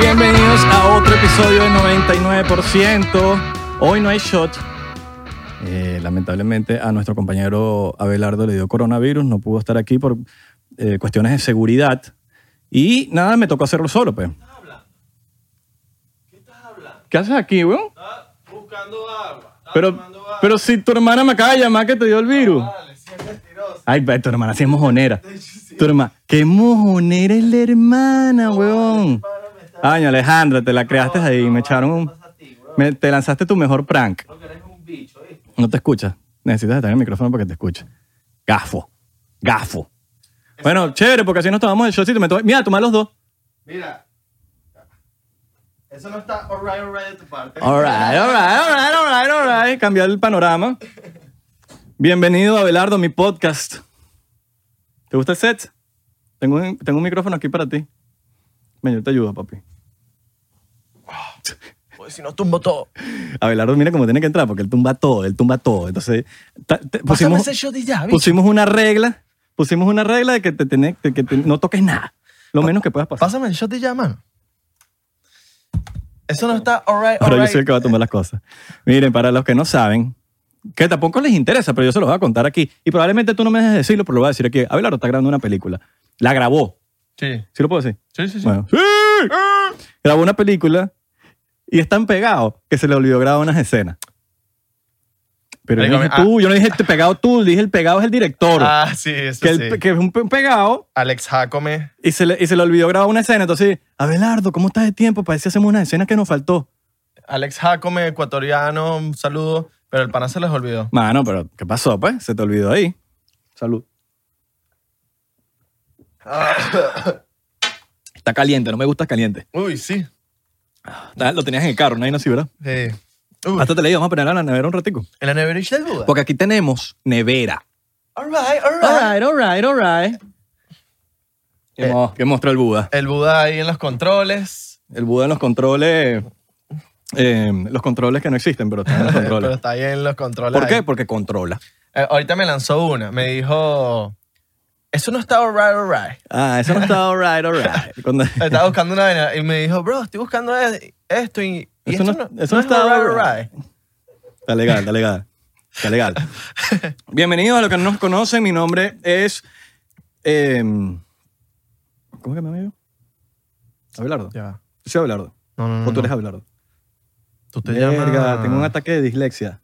Bienvenidos a otro episodio de 99%. Hoy no hay shot. Eh, lamentablemente a nuestro compañero Abelardo le dio coronavirus, no pudo estar aquí por eh, cuestiones de seguridad. Y nada, me tocó hacerlo solo, pues. ¿Qué haces aquí, weón? buscando agua. Pero, pero si tu hermana me acaba de llamar que te dio el virus. Dale, si es mentiroso. Ay, ve, tu hermana sí es mojonera. Tu hermana, qué mojonera es la hermana, weón. Ay, Alejandra, te la creaste ahí, me echaron un... A ti, weón. me- te lanzaste tu mejor prank. Creo que eres un bicho, ¿viste? No te escuchas. Necesitas estar en el micrófono para que te escuche. Gafo. Gafo. Bueno, chévere, porque así nos tomamos el shotcito. Me to- Mira, toma los dos. Mira. Eso no está alright, alright de tu parte. All right, all right, all right, all right, all right. Cambiar el panorama. Bienvenido a Belardo, mi podcast. ¿Te gusta el set? Tengo un, tengo un micrófono aquí para ti. Ven, yo te ayudo, papi. Pues si no tumbo todo. Abelardo, mira cómo tiene que entrar, porque él tumba todo, él tumba todo. Entonces, ta- te- pusimos, shot y ya, pusimos una regla, pusimos una regla de que, te tiene- de que te- no toques nada, lo menos que puedas pasar. Pásame el shot y ya, mano. Eso no está Ahora alright, yo alright. soy el que va a tomar las cosas. Miren, para los que no saben, que tampoco les interesa, pero yo se los voy a contar aquí. Y probablemente tú no me dejes decirlo, pero lo voy a decir aquí. Abelardo está grabando una película. La grabó. Sí, ¿Sí lo puedo decir? sí, sí. sí. Bueno, ¡sí! Grabó una película y es tan pegado que se le olvidó grabar unas escenas. Pero yo no dije Marico, tú, yo no dije este pegado tú, dije el pegado es el director. Ah, sí, eso que, el- sí. que es un pe- un pegado Alex Jacome. y se, le, y se le olvidó grabar una escena. Entonces, Abelardo, ¿cómo estás de tiempo? Parece que hacemos una escena que nos faltó. Alex Jacome, ecuatoriano, un saludo. Pero el pana se les olvidó. Mano, pero ¿qué pasó, pues? Se te olvidó ahí. Salud. Está caliente, no me gusta caliente. Uy, sí. Ah, Lo tenías en el carro, nadie nos ¿verdad? Sí. Uy, Hasta te leí, vamos a ponerla en la nevera un ratico. en la nevera de duda. Porque aquí tenemos nevera. Alright, Alright, alright. alright, alright. ¿Qué, Eh. mo- qué mostró el Buda? El Buda ahí en los controles. El Buda en los controles. eh, los controles que no existen, pero están en los Pero controles. está ahí en los controles. ¿Por qué? ahí. Porque controla. Eh, ahorita me lanzó una. Me dijo, eso no está alright, alright. Ah, eso no está alright, alright. Cuando- Estaba buscando una vaina y me dijo, bro, estoy buscando es- esto y, y Eso esto, no- no, eso no no es está alright, alright. alright". Está legal, está legal. Está legal. Bienvenidos a los que no nos conocen. Mi nombre es. eh, ¿Cómo que me llamo yo? Abelardo. Yo Ya va. soy Abelardo. No, no, no. O Pues tú no. eres Abelardo. Tú te Verga, llamas... tengo un ataque de dislexia.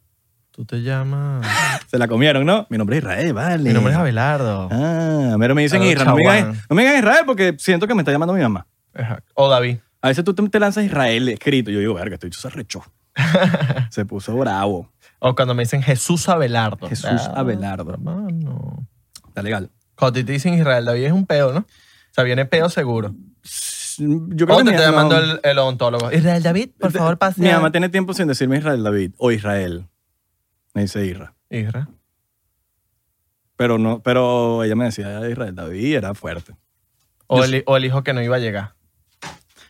Tú te llamas... Se la comieron, ¿no? Mi nombre es Israel, vale. Mi nombre es Abelardo. Ah, pero me dicen Saludos, Israel. No me, chaguán. digan, no me digan Israel porque siento que me está llamando mi mamá. Exacto. O David. A veces tú te te lanzas Israel escrito. Yo digo, verga, estoy se arrechó. se puso bravo. O cuando me dicen Jesús Abelardo. Jesús Ah, Abelardo. hermano. Está legal. Cuando a ti te dicen Israel David es un peo, ¿no? O sea, viene peo seguro. Yo creo O que te mi- está no. llamando el, el odontólogo. Israel David, por favor, pase. Mi a- mamá tiene tiempo sin decirme Israel David o Israel. Me dice Isra. Isra. Pero, no, pero ella me decía Israel David, era fuerte. O el, o el hijo que no iba a llegar.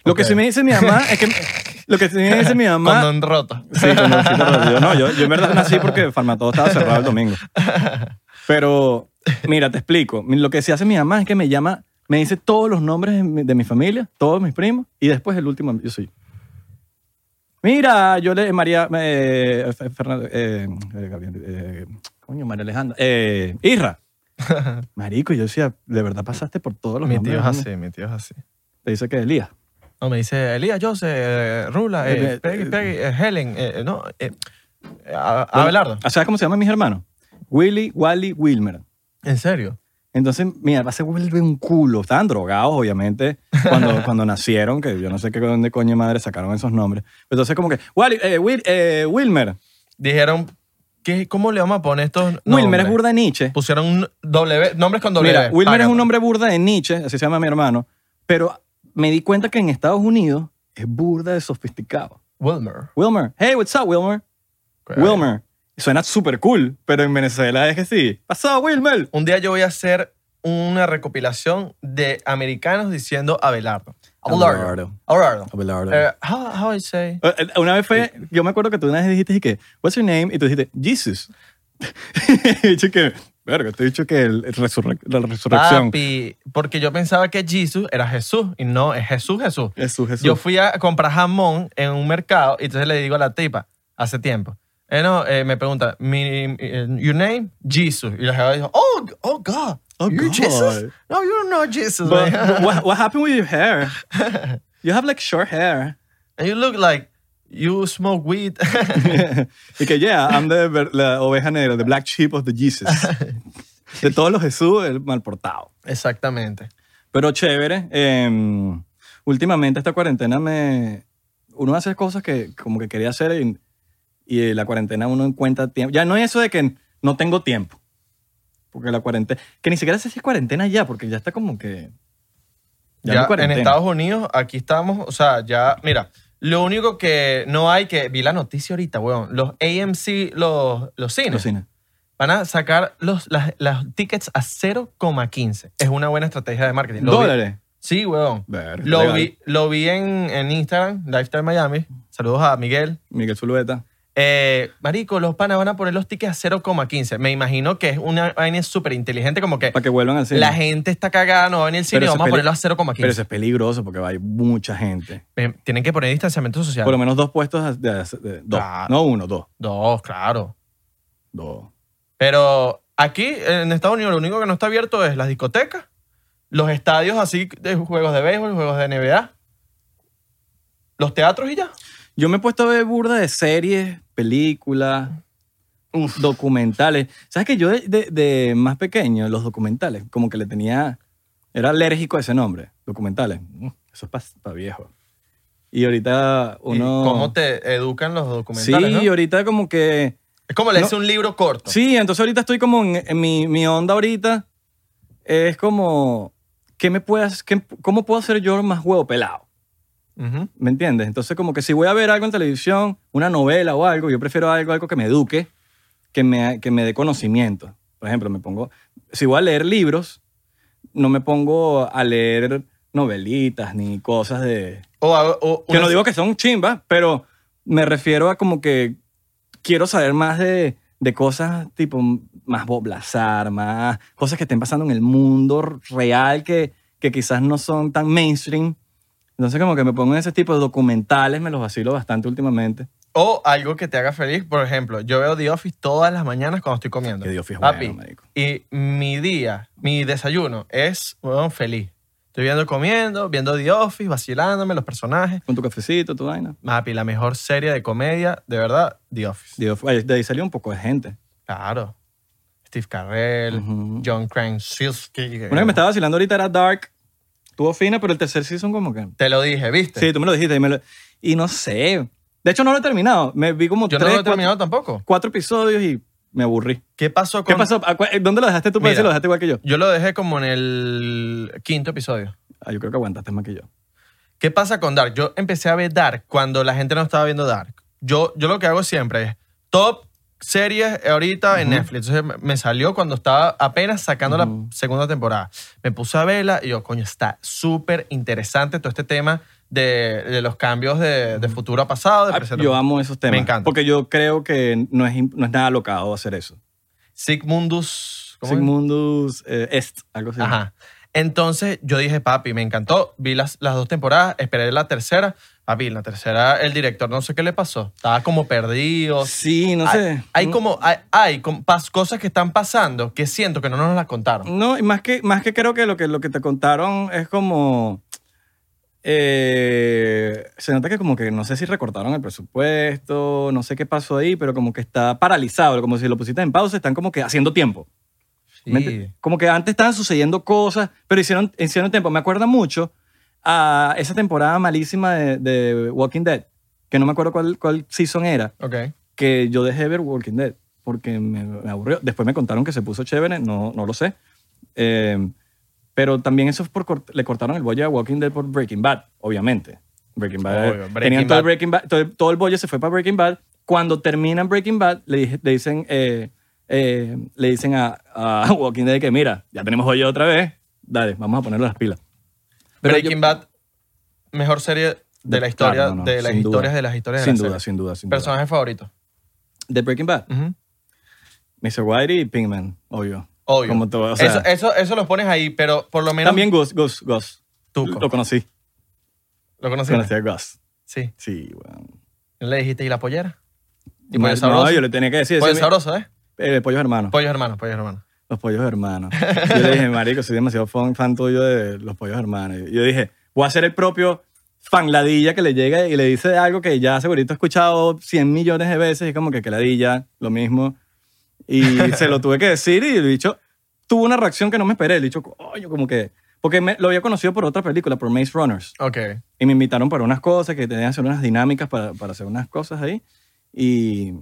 Lo Ok. que sí me dice mi mamá es que. Lo que sí me dice mi mamá. Con don roto. Sí, como sí, pero yo, no, yo, yo en verdad nací porque Farmatodo estaba cerrado el domingo. Pero, mira, te explico. Lo que sí hace mi mamá es que me llama, me dice todos los nombres de mi, de mi familia, todos mis primos, y después el último, yo soy. Mira, yo le, María, eh, Fe- Fernando, eh, eh, Gabriel, eh, coño, María Alejandra, eh, Irra. Marico, yo decía, de verdad pasaste por todos los Mi nombres. tío es ¿no? así, mi tío es así. Te dice que Elías. No, me dice Elías, Jose, eh, Rula, eh, Eh, eh, Peggy, eh, Peggy, eh, Helen, eh, eh, no, eh, eh, a- Abelardo. ¿Sabes cómo se llaman mis hermanos? Willy, Wally, Wilmer. ¿En serio? Entonces, mira, va a ser vuelve un culo. Estaban drogados, obviamente, cuando, cuando nacieron, que yo no sé qué dónde coño de madre sacaron esos nombres. Entonces, como que, Wally, eh, Wil- eh, Wilmer. Dijeron, ¿qué, ¿cómo le vamos a poner estos nombres? Wilmer es burda de Nietzsche. Pusieron un W, nombres con W. Mira, Wilmer es Págate. un nombre burda de Nietzsche, así se llama mi hermano, pero me di cuenta que en Estados Unidos es burda de sofisticado. Wilmer. Wilmer, hey, what's up, Wilmer? Eh. Wilmer. Suena súper cool, pero en Venezuela es que sí. Pasado, Wilmer. Un día yo voy a hacer una recopilación de americanos diciendo Abelardo. Abelardo. Abelardo. Abelardo. Eh, how, how I say? Eh, eh, Una vez fue, yo me acuerdo que tú una vez dijiste y que, what's your name? Y tú dijiste, Jesus. y yo que, Verga, te he dicho que el- el resurrec- la resurrección. Papi, porque yo pensaba que Jesús era Jesús y no, es Jesús, Jesús. Jesús, Jesús. Yo fui a comprar jamón en un mercado y entonces le digo a la tipa, hace tiempo, eh, no, eh, me pregunta, mi, eh, your name? Jesus. Y la jefa dijo, oh, oh God, Oh, you're God. Jesus? No, you're not Jesus. But, man." but what, what happened with your hair? You have like short hair. And you look like you smoke weed. y que, yeah, I'm the, ver- la oveja negra, the black sheep of the Jesus. De todos los Jesús, el mal portado. Exactamente. Pero chévere. em, últimamente esta cuarentena me... Uno hace cosas que como que quería hacer y, y la cuarentena uno encuentra tiempo. Ya no es eso de que no tengo tiempo. Porque la cuarentena... Que ni siquiera sé si es cuarentena ya, porque ya está como que... no Ya, es en cuarentena. Estados Unidos, aquí estamos, o sea, ya, mira, lo único que no hay que, vi la noticia ahorita, weón, los AMC, los, los cines, Los cines. van a sacar los, las, las tickets a 0,15. Es una buena estrategia de marketing. Lo vi- ¿Dólares? Sí, weón. Verga, Lo legal. vi, lo vi en, en Instagram, Lifestyle Miami. Saludos a Miguel. Miguel Zulueta. Eh, marico, los panas van a poner los tickets a 0,15. Me imagino que es una vaina súper inteligente, como que Para que vuelvan al cine. la gente está cagada, no va a venir al cine, Pero vamos a se ponerlo a Pero 0,15. eso es peligroso porque hay mucha gente. Eh, Tienen que poner distanciamiento social. Por lo menos dos puestos de, de- de- dos. Claro. No uno, dos. Dos, claro. Dos. Pero aquí en Estados Unidos lo único que no está abierto es las discotecas, los estadios así de juegos de béisbol, juegos de NBA, los teatros y ya. Yo me he puesto a ver burda de series, películas, documentales. ¿Sabes que Yo de, de- de más pequeño, los documentales, como que le tenía... Era alérgico a ese nombre, documentales. Mm, Eso es para viejo. Y ahorita Y uno... ¿Cómo te educan los Sí, documentales? no? y ahorita como que... Es como leerse un libro corto. Sí, entonces ahorita estoy como en, en mi, mi onda ahorita. Es como, ¿qué me puedas, qué- ¿cómo puedo hacer yo más huevo pelado? Ujú. ¿Me entiendes? Entonces como que si voy a ver algo en televisión, una novela o algo, yo prefiero algo, algo que me eduque, que me, que me dé conocimiento. Por ejemplo, me pongo, si voy a leer libros, no me pongo a leer novelitas ni cosas de... O, a- o Que no una- digo que son chimbas, pero me refiero a como que quiero saber más de, de cosas tipo más boblazar, más cosas que estén pasando en el mundo real que, que quizás no son tan mainstream. Entonces como que me pongo en ese tipo de documentales, me los vacilo bastante últimamente. o algo que te haga feliz. Por ejemplo, yo veo The Office todas las mañanas cuando estoy comiendo. Que Dios fijo, Papi, bueno, marico. Y mi día, mi desayuno es weón, feliz. Estoy viendo comiendo, viendo The Office, vacilándome, los personajes. Con tu cafecito, tu vaina. Mapi, la mejor serie de comedia, de verdad, The Office. Dios, ay, de ahí salió un poco de gente. Claro. Steve Carell, Ujú. John Krasinski. Una que me estaba vacilando ahorita era Dark. Tuvo fina, pero el tercer season como que... Te lo dije, ¿viste? Sí, tú me lo dijiste. Y, me lo- y no sé. De hecho, no lo he terminado. Me vi como Yo no tres, lo he cuatro, terminado tampoco. cuatro episodios y me aburrí. ¿Qué pasó con...? ¿Qué pasó? ¿A cua- ¿Dónde lo dejaste tú? Para Mira. decir, lo dejaste igual que yo. Yo lo dejé como en el quinto episodio. Ah, yo creo que aguantaste más que yo. ¿Qué pasa con Dark? Yo empecé a ver Dark cuando la gente no estaba viendo Dark. Yo, yo lo que hago siempre es top series ahorita en Netflix. Entonces me- me salió cuando estaba apenas sacando Ujú. la segunda temporada. Me puse a verla y yo, coño, está súper interesante todo este tema de, de los cambios de, de futuro a pasado, de Ah, presente. a Yo amo esos temas. Me encanta. Porque yo creo que no es, im- no es nada alocado hacer eso. Sigmundus. ¿cómo es? Sigmundus eh, Est, algo así. Ajá. Entonces yo dije, papi, me encantó. Vi las, las dos temporadas, esperé la tercera. Papi, en la tercera, el director no sé qué le pasó. Estaba como perdido. Sí, no hay, sé. hay como, hay, hay com- pas- cosas que están pasando que siento que no nos las contaron. No, y más que, más que creo que lo, que lo que te contaron es como... eh, se nota que como que no sé si recortaron el presupuesto, no sé qué pasó ahí, pero como que está paralizado, como si lo pusiste en pausa, están como que haciendo tiempo. ¿Me ent- Como que antes estaban sucediendo cosas, pero hicieron, hicieron tiempo. Me acuerda mucho a esa temporada malísima de, de Walking Dead, que no me acuerdo cuál, cuál season era, Ok. que yo dejé ver Walking Dead porque me, me aburrió. Después me contaron que se puso chévere, no, no lo sé. Eh, pero también eso es por cort- le cortaron el bollo a Walking Dead por Breaking Bad, obviamente. Breaking Bad. Obvio, Breaking tenían todo el Bad. Breaking Bad, todo, todo el bollo se fue para Breaking Bad. Cuando terminan Breaking Bad, le, dije- le dicen, eh, eh, le dicen a, a Walking Dead que mira, ya tenemos bollo otra vez, dale, vamos a ponerle las pilas. Pero Breaking yo- Bad, mejor serie de la historia, Claro, no, no, de las sin duda. historias, de las historias de Sin la duda, serie. sin duda, sin duda. Personaje favorito. De Breaking Bad, Ujú. Mr. Whitey y Pinkman, obvio. Obvio. Como todo, o sea- eso, eso, eso los pones ahí, pero por lo menos. También Gus, Gus, Gus. Tú. Lo conocí. ¿Lo Sí. conociste? Conocí a Gus. Sí. Sí, weón. Le dijiste, ¿y la pollera? Y Me- pollo sabroso. No, yo le tenía que decir. pollo decirme- sabroso, ¿eh? eh, pollos hermanos. Pollos hermanos, pollos hermanos. los pollos hermanos. Yo le dije, marico, soy demasiado fan, fan tuyo de los pollos hermanos. Y yo dije, voy a hacer el propio fan ladilla que le llega y le dice algo que ya segurito he escuchado 100 millones de veces y como que que ladilla, lo mismo. Y se lo tuve que decir y el bicho tuvo una reacción que no me esperé. El bicho, coño, como que... Porque me- lo había conocido por otra película, por Maze Runners. Ok. Y me invitaron para unas cosas, que tenían que hacer unas dinámicas para, para hacer unas cosas ahí. Y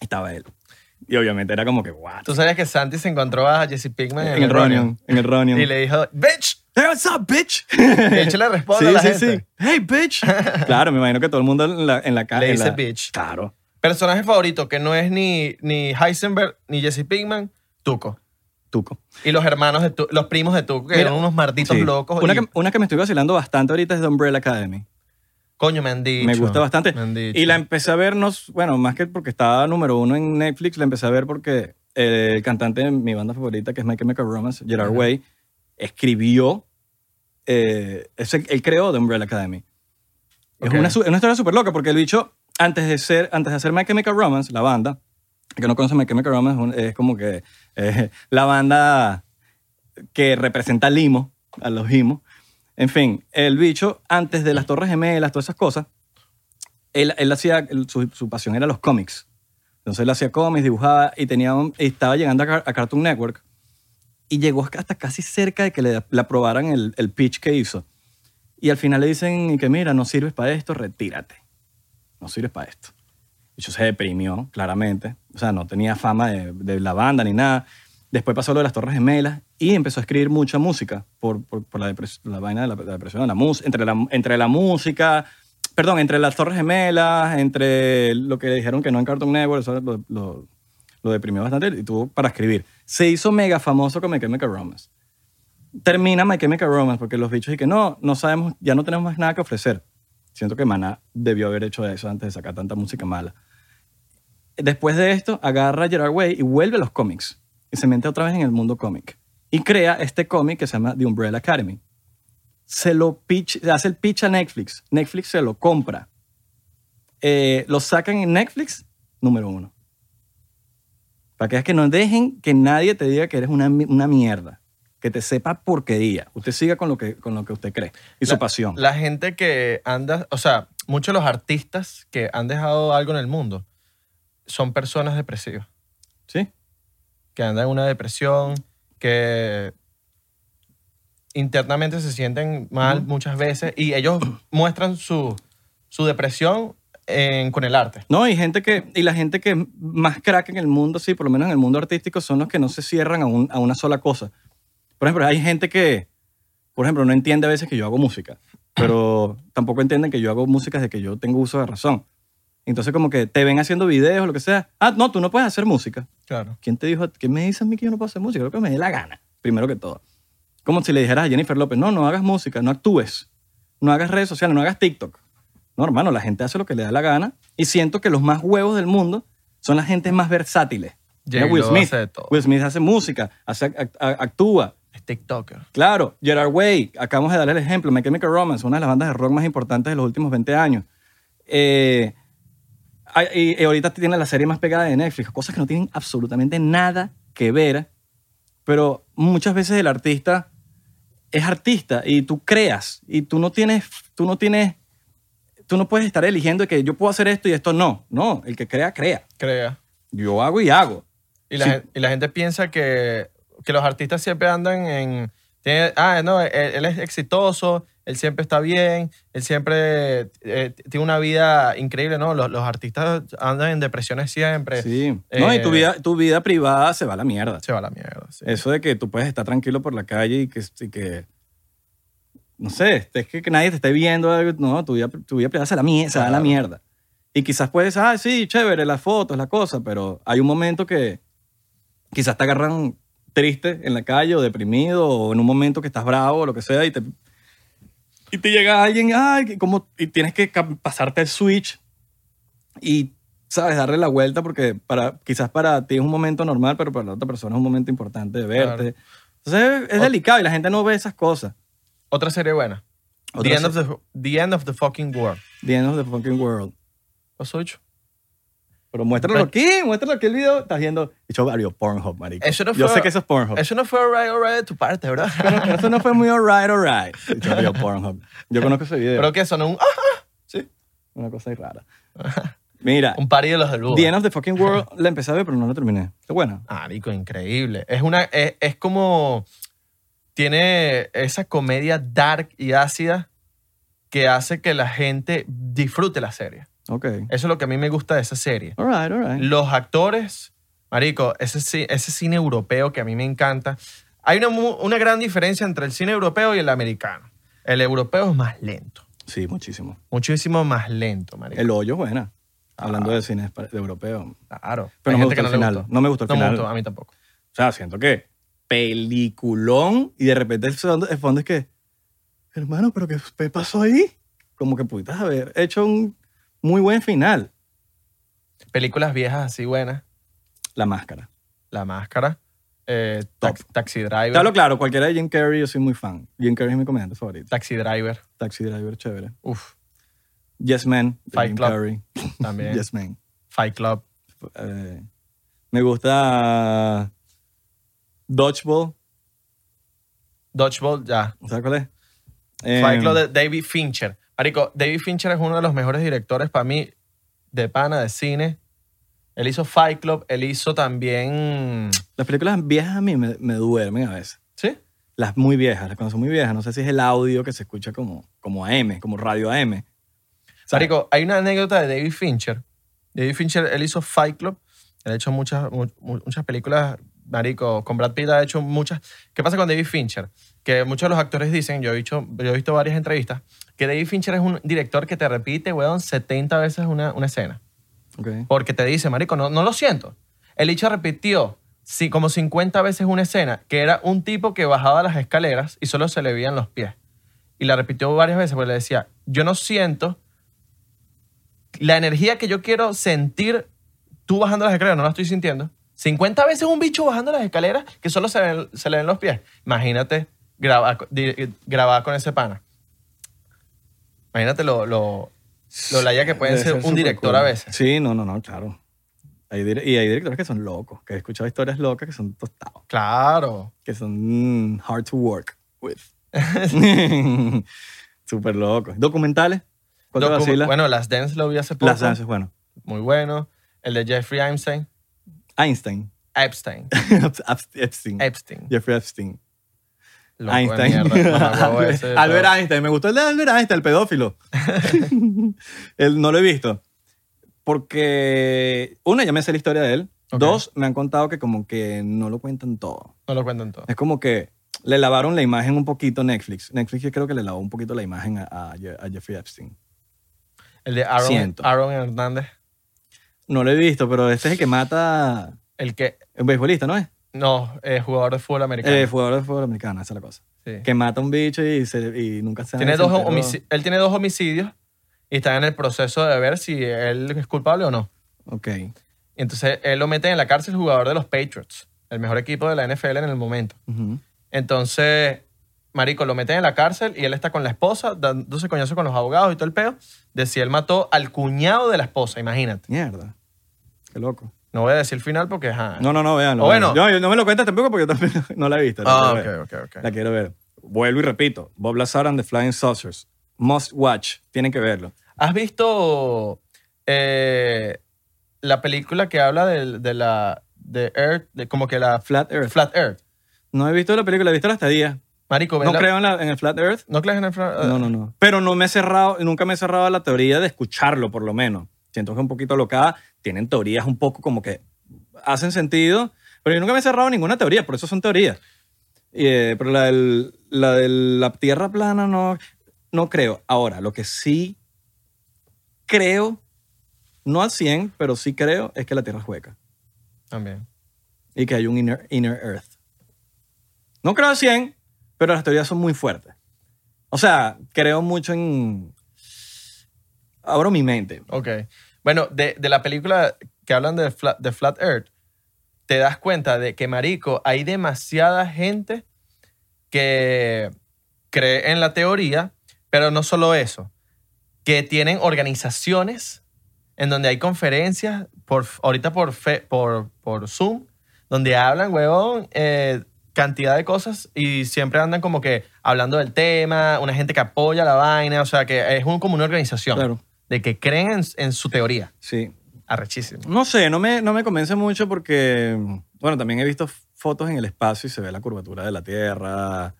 estaba él. Y obviamente era como que, what? Tú sabías que Santi se encontró a Jesse Pinkman en el Ronion. En el Ronion. Y le dijo, ¡Bitch! Hey, what's up, bitch? De hecho, le responde sí, a la sí, gente. sí. Hey, bitch. Claro, me imagino que todo el mundo en la, en la calle. Le dice la- bitch. Claro. Personaje favorito que no es ni, ni Heisenberg ni Jesse Pinkman, Tuco. Tuco. Y los hermanos de Tu- los primos de Tuco, que Mira, eran unos malditos Sí. locos. Una, y- que, una que me estoy vacilando bastante ahorita es The Umbrella Academy. coño, me han dicho. me gusta bastante. Me han dicho. Y la em- empecé a ver, no, s- bueno, más que porque estaba número uno en Netflix, la empecé a ver porque eh, el cantante de mi banda favorita, que es My Chemical Romance, Gerard Ajá. Way, escribió, eh, es el- él creó The Umbrella Academy. Ok. Es una, su- es una historia súper loca porque el bicho, antes de, ser, antes de hacer My Chemical Romance, la banda, el que no conoce My Chemical Romance, es un- es como que eh, la banda que representa al limo, a los gimos. En fin, el bicho, antes de las Torres Gemelas, todas esas cosas, él, él hacía, él- su, su pasión era los cómics. Entonces él hacía cómics, dibujaba y tenía un- y estaba llegando a, Car- a Cartoon Network y llegó hasta casi cerca de que le, le aprobaran el, el pitch que hizo. Y al final le dicen y que mira, no sirves para esto, retírate. No sirves para esto. Y yo se deprimió, claramente. O sea, no tenía fama de, de la banda ni nada. Después pasó lo de las Torres Gemelas y empezó a escribir mucha música por, por- por la, depres- la vaina de la, la depresión, la mus- entre, la, entre la música, perdón, entre las Torres Gemelas, entre lo que dijeron que no en Cartoon Network, eso lo, lo- lo deprimió bastante y tuvo para escribir. Se hizo mega famoso con My Chemical Romance. Termina My Chemical Romance porque los bichos y que no, no sabemos, ya no tenemos más nada que ofrecer. Siento que Maná debió haber hecho eso antes de sacar tanta música mala. Después de esto, agarra a Gerard Way y vuelve a los cómics. Y se mete otra vez en el mundo cómic. Y crea este cómic que se llama The Umbrella Academy. Se lo pitch, hace el pitch a Netflix. Netflix se lo compra. Eh, lo sacan en Netflix, número uno. Para que veas que no dejen que nadie te diga que eres una, mi- una mierda. Que te sepa porquería. Usted siga con lo que, con lo que usted cree y su La- pasión. La gente que anda, o sea, muchos de los artistas que han dejado algo en el mundo son personas depresivas, ¿Sí? que andan en una depresión, que internamente se sienten mal Ujú. muchas veces y ellos muestran su, su depresión en- con el arte. No, y gente que, y la gente que más crack en el mundo, sí, por lo menos en el mundo artístico, son los que no se cierran a, un- a una sola cosa. Por ejemplo, hay gente que, por ejemplo, no entiende a veces que yo hago música, pero tampoco entienden que yo hago música desde que yo tengo uso de razón. Entonces, como que te ven haciendo videos, lo que sea. Ah, no, tú no puedes hacer música. Claro. ¿Quién te dijo? ¿Quién me dice a mí que yo no puedo hacer música? Lo que me dé la gana, primero que todo. Como si le dijeras a Jennifer López, no, no hagas música, no actúes, no hagas redes sociales, no hagas TikTok. No, hermano, la gente hace lo que le da la gana y siento que los más huevos del mundo son las gentes más versátiles. Mira, J-Lo Will Smith, hace de todo. Will Smith hace música, hace, act- a- actúa. Es TikToker. Claro, Gerard Way, acabamos de darle el ejemplo, My Chemical Romance, una de las bandas de rock más importantes de los últimos 20 años. Eh, Ah, Y, y ahorita tiene la serie más pegada de Netflix, cosas que no tienen absolutamente nada que ver, pero muchas veces el artista es artista y tú creas y tú no tienes, tú no tienes, tú no puedes estar eligiendo que yo puedo hacer esto y esto no, no, el que crea, crea. Crea. Yo hago y hago. Y la, Sí. gen- y la gente piensa que, que los artistas siempre andan en... tiene- ah, no, él, él es exitoso, él siempre está bien, él siempre eh, tiene una vida increíble, ¿no? Los, los artistas andan en depresiones siempre. Sí. No, y tu eh, vida, tu vida privada se va a la mierda. Se va a la mierda. sí. Eso de que tú puedes estar tranquilo por la calle y que, y que no sé, este, es que, que nadie te esté viendo, algo, no, tu vida, tu vida privada se, la, mie- se va a la Claro. mierda. Y quizás puedes, ah, sí, chévere, las fotos, la cosa, pero hay un momento que quizás te agarran triste en la calle o deprimido o en un momento que estás bravo o lo que sea y te, y te llega alguien, ay, que como, y tienes que cam- pasarte el switch y ¿sabes? Darle la vuelta porque para, quizás para ti es un momento normal, pero para la otra persona es un momento importante de verte. Entonces es, es Ot- delicado y la gente no ve esas cosas. Otra serie buena. Otra The end, of the, The End of the Fucking World. The End of the Fucking World. ¿Los ocho? Pero muéstralo Pero- aquí, muéstralo aquí el video. Estás viendo. Dicho varios Pornhub, marico. Eso no Yo fue- sé que eso es Pornhub. Eso no fue alright, alright de tu parte, ¿verdad? Pero eso no fue muy alright, alright. Dicho varios Pornhub. Yo conozco ese video. Pero que sonó un. ah, Una cosa ahí rara. Mira, Un party de los del búho. The End of the Fucking World la empecé a ver, pero no la terminé. Qué buena. Marico, increíble. Es una. Es, es como. Tiene esa comedia dark y ácida que hace que la gente disfrute la serie. Ok. Eso es lo que a mí me gusta de esa serie. Alright, alright. Los actores, marico, ese, ci- ese cine europeo que a mí me encanta. Hay una, mu- una gran diferencia entre el cine europeo y el americano. El europeo es más lento. Sí, muchísimo. Muchísimo más lento, marico. El hoyo, buena. Hablando de cine espa- de europeo. Claro. Pero Ah. Hay no me gente gustó el que no le final. gustó. No me gustó el No me final. gustó, ¿ah? a mí tampoco. O sea, siento que peliculón y de repente el fondo, el fondo es que, hermano, pero ¿qué qué pasó ahí? Como que pudiste haber hecho un muy buen final. Películas viejas así buenas. La máscara. La Máscara. eh, Top. Tax- Taxi Te Driver. hablo claro, cualquiera de Jim Carrey, yo soy muy fan. Jim Carrey es mi comediante favorito. Taxi Driver. Taxi Driver, chévere. Uf, Yes Man, de Fight Jim Club. Carrey. también. Yes Man. Fight Club. Eh, me gusta Dodgeball. Dodgeball, ya. ¿Sabes cuál es? Fight Em, Club de David Fincher. Marico, David Fincher es uno de los mejores directores para mí de pana, de cine. Él hizo Fight Club, él hizo también... Las películas viejas a mí me, me duermen a veces. ¿Sí? Las muy viejas, las cuando son muy viejas. No sé si es el audio que se escucha como, como AM, como radio AM. ¿Sabes? Marico, hay una anécdota de David Fincher. David Fincher, él hizo Fight Club. Él ha hecho muchas, mu- mu- muchas películas, marico, con Brad Pitt ha hecho muchas. ¿Qué pasa con David Fincher? Que muchos de los actores dicen, yo he, dicho, yo he visto varias entrevistas, que David Fincher es un director que te repite, weón, 70 veces una, una escena. Ok. Porque te dice, marico, no, no lo siento. El hecho repitió sí, como 50 veces una escena que era un tipo que bajaba las escaleras y solo se le veían los pies. Y la repitió varias veces porque le decía, yo no siento la energía que yo quiero sentir tú bajando las escaleras, no la estoy sintiendo. 50 veces un bicho bajando las escaleras que solo se, ven- se le ven los pies. Imagínate grabar, co- di- grabar con ese pana. Imagínate lo, lo, lo laya que puede Debe ser un súper director cool. a veces. Sí, no, no, no, claro. Hay dire- y hay directores que son locos, que he escuchado historias locas que son tostados, Claro. que son mm, hard to work with. Súper locos. ¿Documentales? ¿Cuál te Docu- vacila? Bueno, Las Dance lo vi hace poco. Las danzas, bueno. Muy bueno. El de Jeffrey Einstein. Einstein. Epstein. Epstein. Epstein. Jeffrey Epstein. Loco de Einstein. mierda, mamahuevo ese, pero- Albert Einstein. Me gustó el de Albert Einstein, el pedófilo. Él no lo he visto. Porque, una, ya me sé la historia de él. Ok. Dos, me han contado que como que no lo cuentan todo. No lo cuentan todo. Es como que le lavaron la imagen un poquito a Netflix. Netflix yo creo que le lavó un poquito la imagen a, a Je- a Jeffrey Epstein. El de Aaron, Siento. Aaron Hernández. No lo he visto, pero este es el que mata... El que. Un beisbolista, ¿no es? No, es jugador de fútbol americano. Eh, jugador de fútbol americano, esa es la cosa. Sí. Que mata a un bicho y, se- y nunca se Tiene se dos enteró. homici- él tiene dos homicidios y está en el proceso de ver si él es culpable o no. Ok. Y Entonces él lo mete en la cárcel jugador de los Patriots, el mejor equipo de la NFL en el momento. Ujú. Entonces, marico, lo meten en la cárcel y él está con la esposa, dándose coñazo con los abogados y todo el peo, de si él mató al cuñado de la esposa, imagínate. Mierda. Qué loco. No voy a decir el final porque, ajá. No, no, no, véanlo. Ah. O bueno. véanlo. No, yo- no me lo cuentas tampoco porque yo también no la he visto. la Ah, quiero ver. ok, ok, ok. La quiero ver. Vuelvo y repito. Bob Lazar and the Flying Saucers. Must watch. Tienen que verlo. ¿Has visto eh, la película que habla de, de la... de Earth, de como que la Flat Earth. Flat Earth? No he visto la película, he visto la estadía. Marico, ve No la- creo en, la- en el Flat Earth. ¿No crees en el Flat Earth? No, no, no. eh, Pero no me he cerrado, nunca me he cerrado a la teoría de escucharlo, por lo menos. Siento que es un poquito locada. Tienen teorías un poco como que hacen sentido, pero yo nunca me he cerrado a ninguna teoría, por eso son teorías. Y, eh, pero la, del- la de la tierra plana no, no creo. Ahora, lo que sí creo, no al 100, pero sí creo, es que la tierra es hueca También. y que hay un inner, inner earth. No creo al 100, pero las teorías son muy fuertes. O sea, creo mucho en... Abro mi mente. Ok. Bueno, de, de la película que hablan de Flat, de Flat Earth, te das cuenta de que, marico, hay demasiada gente que cree en la teoría, pero no solo eso, que tienen organizaciones en donde hay conferencias, por, ahorita por, fe- por, por Zoom, donde hablan, huevón, eh, cantidad de cosas y siempre andan como que hablando del tema, una gente que apoya la vaina, o sea, que es un, como una organización Claro. de que creen en, en su teoría. Sí. Arrechísimo. No sé, no me, no me convence mucho porque, bueno, también he visto fotos en el espacio y se ve la curvatura de la Tierra.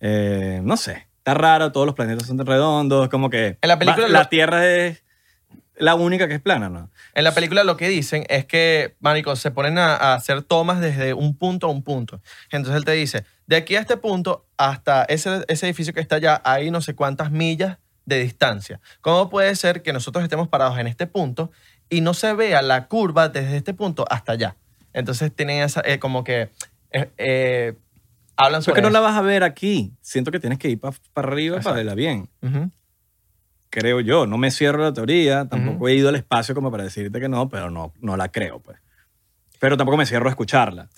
Eh, no sé, está raro, todos los planetas son redondos, como que... En la película va- lo- la Tierra es la única que es plana, ¿no? En la película lo que dicen es que, marico, se ponen a, a hacer tomas desde un punto a un punto. Entonces él te dice, de aquí a este punto, hasta ese, ese edificio que está allá, hay no sé cuántas millas de distancia. ¿Cómo puede ser que nosotros estemos parados en este punto y no se vea la curva desde este punto hasta allá? Entonces tienen esa, eh, como que, eh, eh, hablan Eso sobre que no la eso. vas a ver aquí. Siento que tienes que ir para arriba para verla bien. Ujú. Creo yo. No me cierro la teoría. Tampoco he ido al espacio como para decirte que no, pero no, no la creo, pues. Pero tampoco me cierro a escucharla.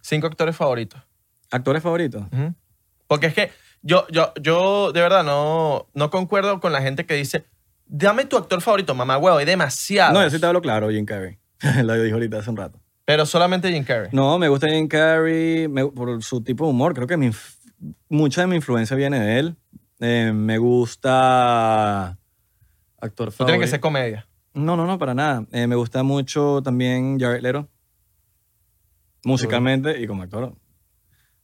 Cinco actores favoritos. ¿Actores favoritos? Ujú. Porque es que yo, yo, yo de verdad no, no concuerdo con la gente que dice, dame tu actor favorito, mamá huevo, hay demasiado. No, yo sí te hablo claro, Jim Carrey. lo dije ahorita hace un rato. Pero solamente Jim Carrey. No, me gusta Jim Carrey me- por su tipo de humor. Creo que mi inf- mucha de mi influencia viene de él. Eh, me gusta... Actor No favorito. tiene que ser comedia. No, no, no, para nada. Eh, me gusta mucho también Jared Leto. Musicalmente y como actor.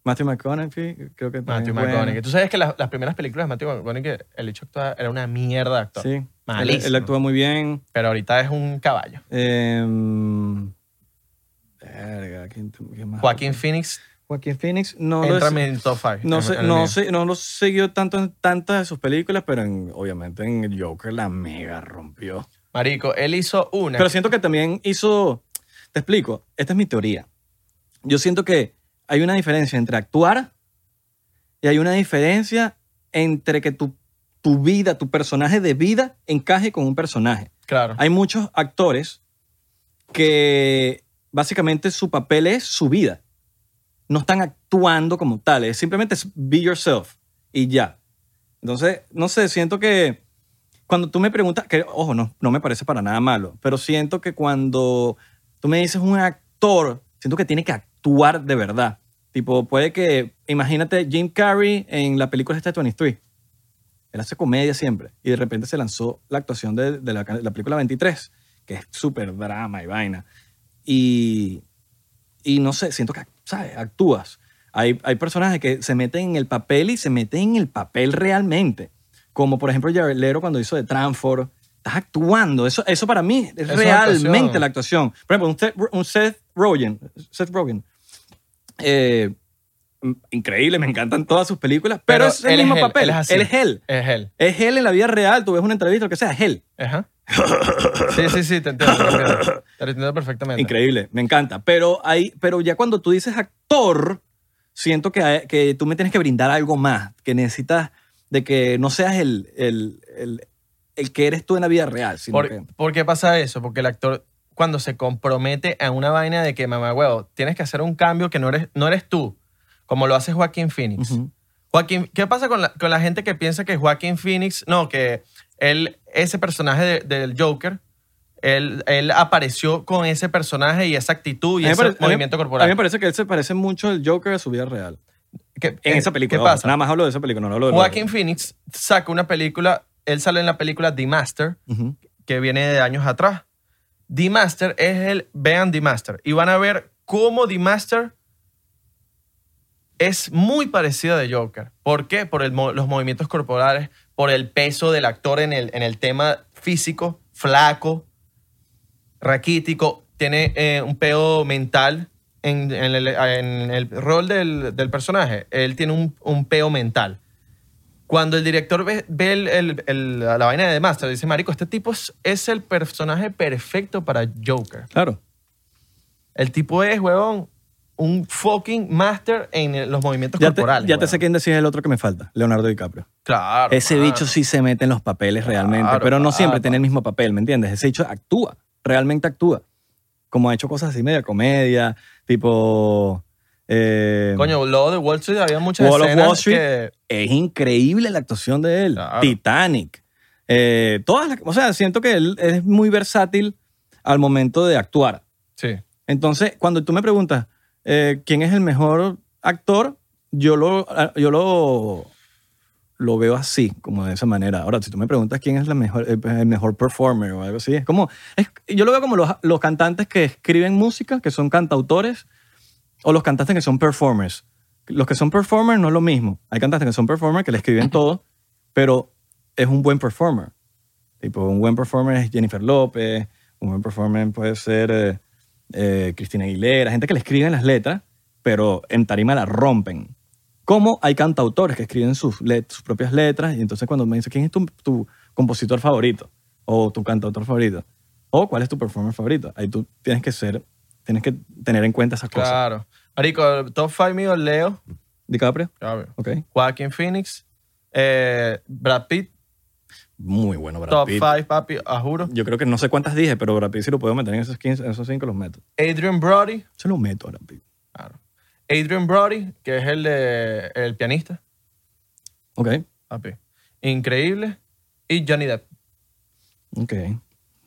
Matthew McConaughey, creo que también. Matthew es bueno. McConaughey. Tú sabes que las, las primeras películas de Matthew McConaughey, el hecho actuaba, era una mierda de actor. Sí. Él- Él, Malísimo. actúa muy bien. Pero ahorita es un caballo. Em, verga, ¿quién te- quién más? Joaquín Phoenix Joaquín Phoenix Ah, no lo entra es- en mi top 5. No, sé, no, sé, no lo siguió tanto en tantas de sus películas, pero en- obviamente en Joker la mega rompió. Marico, él hizo una. Pero siento que también hizo. Te explico, esta es mi teoría. Yo siento que hay una diferencia entre actuar y hay una diferencia entre que tu, tu vida, tu personaje de vida, encaje con un personaje. claro. Hay muchos actores que básicamente su papel es su vida. No están actuando como tales, simplemente es be yourself y ya. Entonces, no sé, siento que cuando tú me preguntas, que ojo, no, no me parece para nada malo, pero siento que cuando tú me dices un actor, siento que tiene que actuar de verdad. Tipo, puede que, imagínate Jim Carrey en la película esta de 23. Él hace comedia siempre. Y de repente se lanzó la actuación de, de la, la película 23, que es súper drama y vaina. Y, y no sé, siento que, ¿sabes? Actúas. Hay, hay personajes que se meten en el papel y se meten en el papel realmente. Como por ejemplo Jared Leto cuando hizo de Transform. Estás actuando. Eso, eso para mí es Eso es realmente actuación. la actuación. Por ejemplo, un Seth, un Seth Rogen. Seth Rogen. Eh, increíble, me encantan todas sus películas, pero, es el él mismo él, papel. Él es, así. Él es él. Es él. Es él en la vida real, tú ves una entrevista, lo que sea, es él. Ajá. Sí, sí, sí, te entiendo. Te entiendo, Te entiendo perfectamente. Increíble, me encanta. Pero, hay, pero ya cuando tú dices actor, siento que, hay- que tú me tienes que brindar algo más, que necesitas de que no seas el, el, el, el que eres tú en la vida real. Sino ¿Por, que, por qué pasa eso? Porque el actor, cuando se compromete a una vaina de que, mamá, huevo, tienes que hacer un cambio que no eres, no eres tú, como lo hace Joaquín Phoenix. Ujú. Joaquín, ¿Qué pasa con la, con la gente que piensa que Joaquín Phoenix, no, que él, ese personaje de- del Joker, él, él apareció con ese personaje y esa actitud y A mí me ese parece- a mí- A movimiento mí me corporal? parece que él se parece mucho al Joker de su vida real. ¿Qué- En esa película. Eh, ¿Qué ojo, pasa? Nada más hablo de esa película, no hablo de Joaquín Phoenix saca una película, él sale en la película The Master, Ujú. que viene de años atrás. The Master es el. Vean The Master. Y van a ver cómo The Master es muy parecida de Joker. ¿Por qué? Por el mo- los movimientos corporales, por el peso del actor en el, en el tema físico, flaco, raquítico, tiene eh, un peo mental. En, en el, en el rol del, del personaje, él tiene un, un peo mental cuando el director ve, ve el- el- el- la vaina de The Master, dice, marico, este tipo es, es el personaje perfecto para Joker. Claro. El tipo es, huevón, un fucking master en los movimientos Ya te, corporales. ya te weón. sé quién decís el otro que me falta, Leonardo DiCaprio. Claro. Ese claro. bicho sí se mete en los papeles realmente, Claro, pero no siempre claro. tiene el mismo papel, ¿me entiendes? Ese bicho actúa, realmente actúa. Como ha hecho cosas así, media comedia, tipo... eh, Coño, luego de Wall Street había muchas Wall of escenas Wall Street. que- Es increíble la actuación de él. Claro. Titanic. Eh, todas las- o sea, siento que él es muy versátil al momento de actuar. Sí. Entonces, cuando tú me preguntas eh, quién es el mejor actor, yo lo, ah, yo lo, lo veo así, como de esa manera. Ahora, si tú me preguntas quién es la mejor, el, el mejor performer o algo así, es como, es- yo lo veo como los, los cantantes que escriben música, que son cantautores, o los cantantes que son performers. Los que son performers no es lo mismo. Hay cantantes que son performers que le escriben todo, pero es un buen performer. Tipo, un buen performer es Jennifer López, un buen performer puede ser eh, eh, Cristina Aguilera, gente que le escriben las letras, pero en tarima la rompen. Como hay cantautores que escriben sus, let- sus propias letras, y entonces cuando me dicen, ¿quién es tu, tu compositor favorito? O tu cantautor favorito. O cuál es tu performer favorito. Ahí tú tienes que ser, tienes que tener en cuenta esas cosas. Claro. Marico, el top 5 mío, Leo, DiCaprio, claro, ok. Joaquin Phoenix, eh, Brad Pitt, Muy bueno, Brad top Pitt. 5, papi, a juro. Yo creo que no sé cuántas dije, pero Brad Pitt si lo puedo meter en esos, 15, esos cinco los meto. Adrian Brody, Se lo meto a Brad Pitt. claro. Adrian Brody, que es el, de, el pianista, Ok, papi. Increíble. Y Johnny Depp. ok.